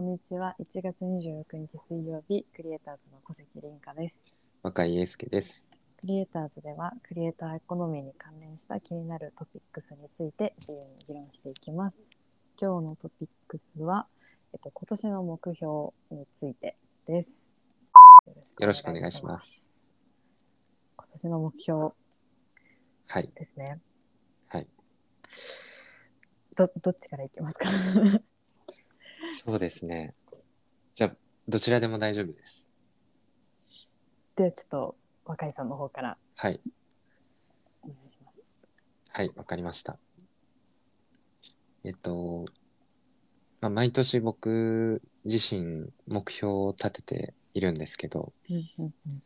にちは。1月26日水曜日、クリエイターズの小関凛香です。若井英介です。クリエイターズでは、クリエイターエコノミーに関連した気になるトピックスについて自由に議論していきます。今日のトピックスは、えっと、今年の目標についてです。。よろしくお願いします今年の目標はい。ですね。はい。ど、どっちからいきますか そうですね。じゃあ、どちらでも大丈夫です。で、ちょっと若井さんの方からはい。お願いします。はい、わかりました。えっと、まあ、毎年僕自身目標を立てているんですけど、うんうんうん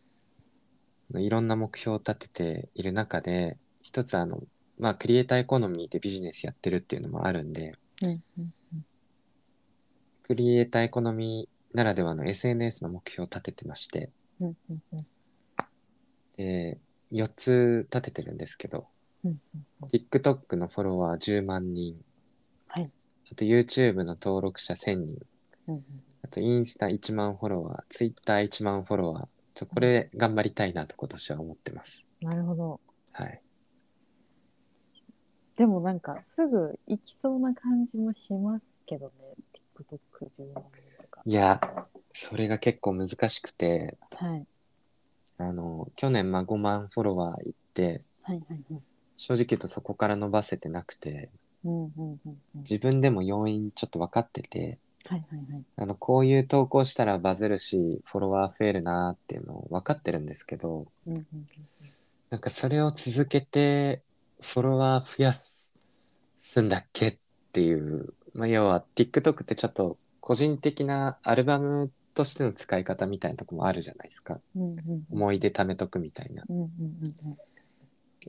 いろんな目標を立てている中で、一つあの、まあ、クリエイターエコノミーでビジネスやってるっていうのもあるんで、うんうんクリエイターエコノミーならではの SNS の目標を立ててまして、うんうんうんで、4つ立ててるんですけど、うんうんうん TikTok のフォロワー10万人、はいあと YouTube の登録者1000人、うんうんあとインスタ1万フォロワー、Twitter1 万フォロワー、ちょこれ頑張りたいなと今年は思ってます。なるほど。はい。でもなんかすぐ行きそうな感じもしますけどね。TikTok10 万人とか。いや、それが結構難しくて、はい。あの、去年まあ5万フォロワーいって、はいはいはい。正直言うとそこから伸ばせてなくて、うんうんうんうん。自分でも要因ちょっと分かってて、はいはいはい。あの、こういう投稿したらバズるし、フォロワー増えるなーっていうのを分かってるんですけど、うんうんうんなんかそれを続けてフォロワー増やすすんだっけっていう、まあ、要は TikTok ってちょっと個人的なアルバムとしての使い方みたいなとこもあるじゃないですかうんうんうん。思い出貯めとくみたいなうんうんうんうん。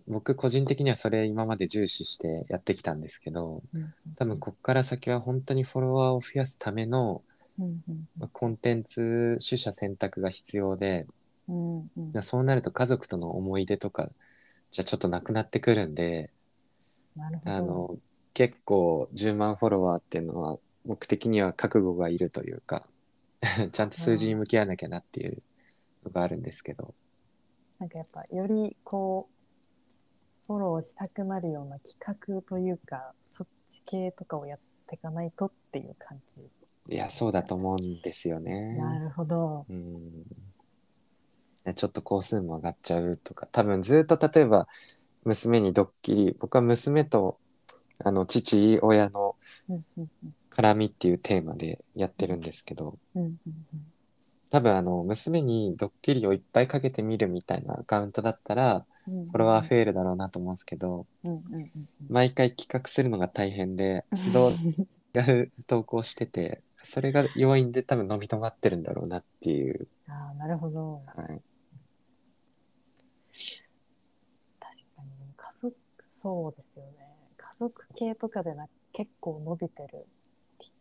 僕個人的にはそれ今まで重視してやってきたんですけどうん多分こっから先は本当にフォロワーを増やすためのうんうんまあコンテンツ取捨選択が必要でうんうんうん。そうなると家族との思い出とかじゃちょっとなくなってくるんでなるほど。あの、結構10万フォロワーっていうのは僕的には覚悟がいるというか ちゃんと数字に向き合わなきゃなっていうのがあるんですけどなんかやっぱよりこうフォローしたくなるような企画というかそっち系とかをやっていかないとっていう感じ、いやそうだと思うんですよね。なるほどうんちょっと工数も上がっちゃうとか多分ずっと例えば娘にドッキリ僕は娘とあの父親のうんうんうん絡みっていうテーマでやってるんですけど、うんうん多分あの娘にドッキリをいっぱいかけてみるみたいなアカウントだったらうんフォロワー増えるだろうなと思うんですけどうんうんうんうん毎回企画するのが大変で都度違う投稿しててそれが要因で多分伸び止まってるんだろうなっていう、ああなるほどはい、確かに家族そうですよね家族系とかでな結構伸びてる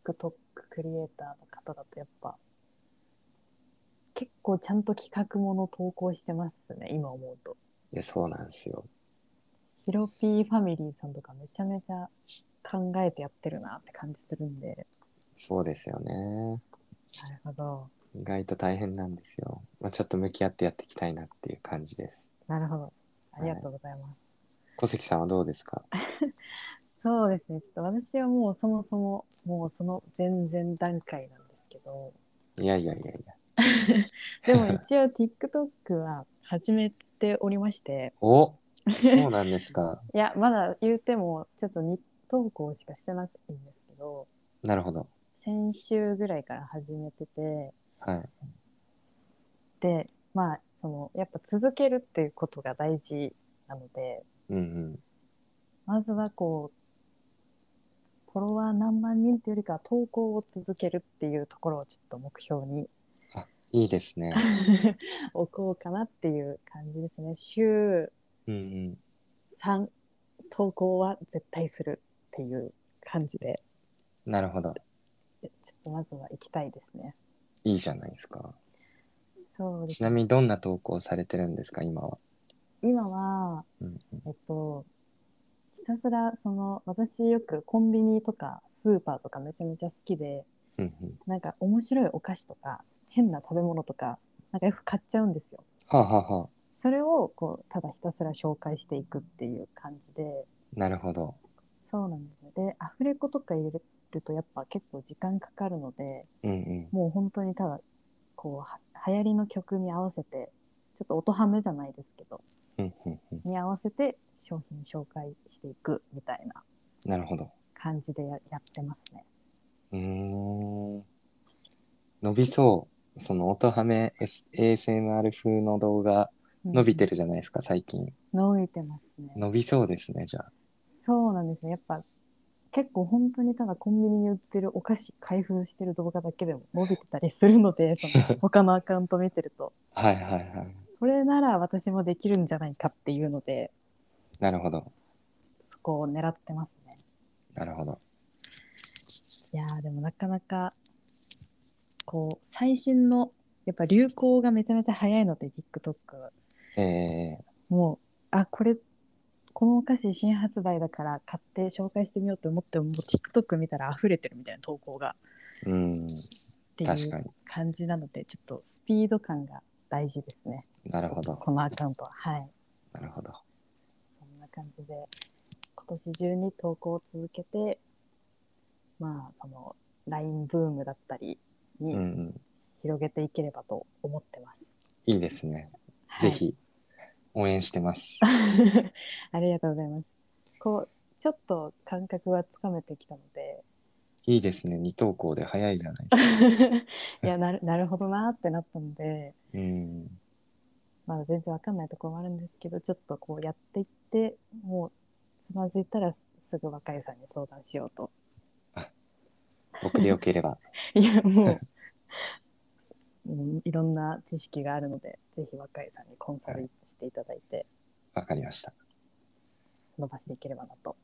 TikTok クリエイターの方だとやっぱ結構ちゃんと企画もの投稿してますね今思うといやそうなんですよヒロピーファミリーさんとかめちゃめちゃ考えてやってるなって感じするんで。そうですよねなるほど。意外と大変なんですよ、まあ、ちょっと向き合ってやっていきたいなっていう感じですなるほど。ありがとうございます。小関さんはどうですかそうですね。ちょっと私はもうそもそももうその前々段階なんですけど、いやいやいやいやでも一応 TikTok は始めておりまして、おそうなんですかいや、まだ言うてもちょっと日投稿しかしてないんですけど、なるほど先週ぐらいから始めてて、はいでまあそのやっぱ続けるっていうことが大事なのでうんうんまずはこうフォロワー何万人っていうよりかは投稿を続けるっていうところをちょっと目標にいいですね。 置こうかなっていう感じですね週うんうん。 3投稿は絶対するっていう感じでなるほど。ちょっとまずは行きたいですねいいじゃないですか。そうですちなみにどんな投稿をされてるんですか、今は。今はうんうん、えっと、ひたすら、その、私よくコンビニとかスーパーとかめちゃめちゃ好きで、うんうん。なんか面白いお菓子とか変な食べ物とかなんかよく買っちゃうんですよ。はあ、はあはあ、それをこうただひたすら紹介していくっていう感じでなるほど。そうなんですね。でアフレコとか入れるとやっぱ結構時間かかるのでうんうん。もう本当にただこうは流行りの曲に合わせてちょっと音ハメじゃないですけどうんうんうん。に合わせて商品紹介していくみたいななるほど。感じでややってますね。うーん。伸びそう。その音ハメ S- ASMR 風の動画うん伸びてるじゃないですか、最近。伸びてますね。伸びそうですね、じゃあ。そうなんですね。やっぱ結構本当にただコンビニに売ってるお菓子開封してる動画だけでも伸びてたりするので、そ の他のアカウント見てると、はいはいはい。これなら私もできるんじゃないかっていうので、なるほど。そこを狙ってますね。なるほど。いやーでもなかなか、こう、最新の、やっぱ流行がめちゃめちゃ早いので、TikTok。ええもう、あ、これ、このお菓子新発売だから買って紹介してみようと思っても、もう TikTok 見たら溢れてるみたいな投稿が。うん。ってい確うかに。感じなのでちょっとスピード感が大事ですねなるほど。このアカウントははいなるほど。そんな感じで今年中に投稿を続けてまあその LINE ブームだったりうんうにん。広げていければと思ってます、いいですね。はいぜひ、応援してます。 ありがとうございますこうちょっと感覚はつかめてきたの でいいですね。二投稿で早いじゃないですか。いやなるなるほどなーってなったのでうん。まだ全然わかんないところもあるんですけど、ちょっとこうやっていって、もうつまずいたらすすぐ若いさんに相談しようと。 僕でよければ。いや、も う、うん、いろんな知識があるので、ぜひ若いさんにコンサルしていただいて、わかりました。伸ばしていければなと。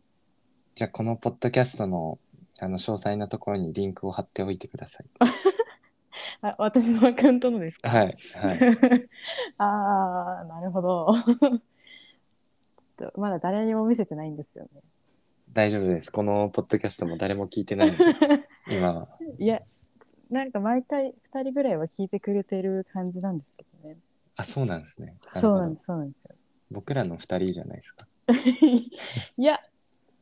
じゃあ、このポッドキャストの、あの、詳細なところにリンクを貼っておいてください。あ、私のアカウントのですかはい。はい。 ああ、なるほど。 ちょっと、まだ誰にも見せてないんですよね。大丈夫です。このポッドキャストも誰も聞いてない んで、今は。いや、なんか毎回2人ぐらいは聞いてくれてる感じなんですけどね。あ、そうなんですね。なるそうほなんでど。す、そうなんですよ。僕らの二人じゃないですか。 いや、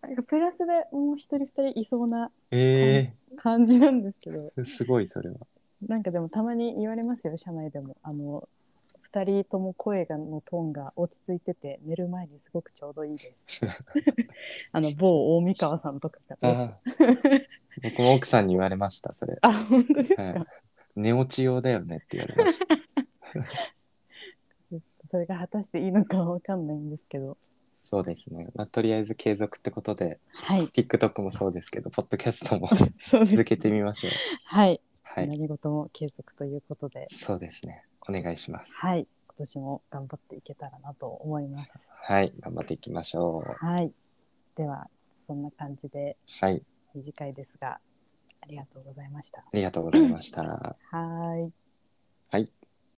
なんかプラスでもう一人二人いそうなえ感じなんですけど、えー、すごいそれは。なんかでもたまに言われますよ、社内でも。あの、二人とも声がのトーンが落ち着いてて、寝る前にすごくちょうどいい です。あの、某大三川さんとかが、ね。あ僕も奥さんに言われました、それ。あ、本当ですか、はい。寝落ち用だよねって言われま した。ちょっとそれが果たしていいのかわかんないんですけど。そうですね。まあ、とりあえず継続ってことで、はい。 TikTok もそうですけど、ポッドキャスト もそうです。続けてみましょう。はい。はい。何事も継続ということで、そうですね。お願いします。はい。今年も頑張っていけたらなと思います。はい。頑張っていきましょう。はい。では、そんな感じではい。短いですが、ありがとうございました。ありがとうございました。はーい。はい。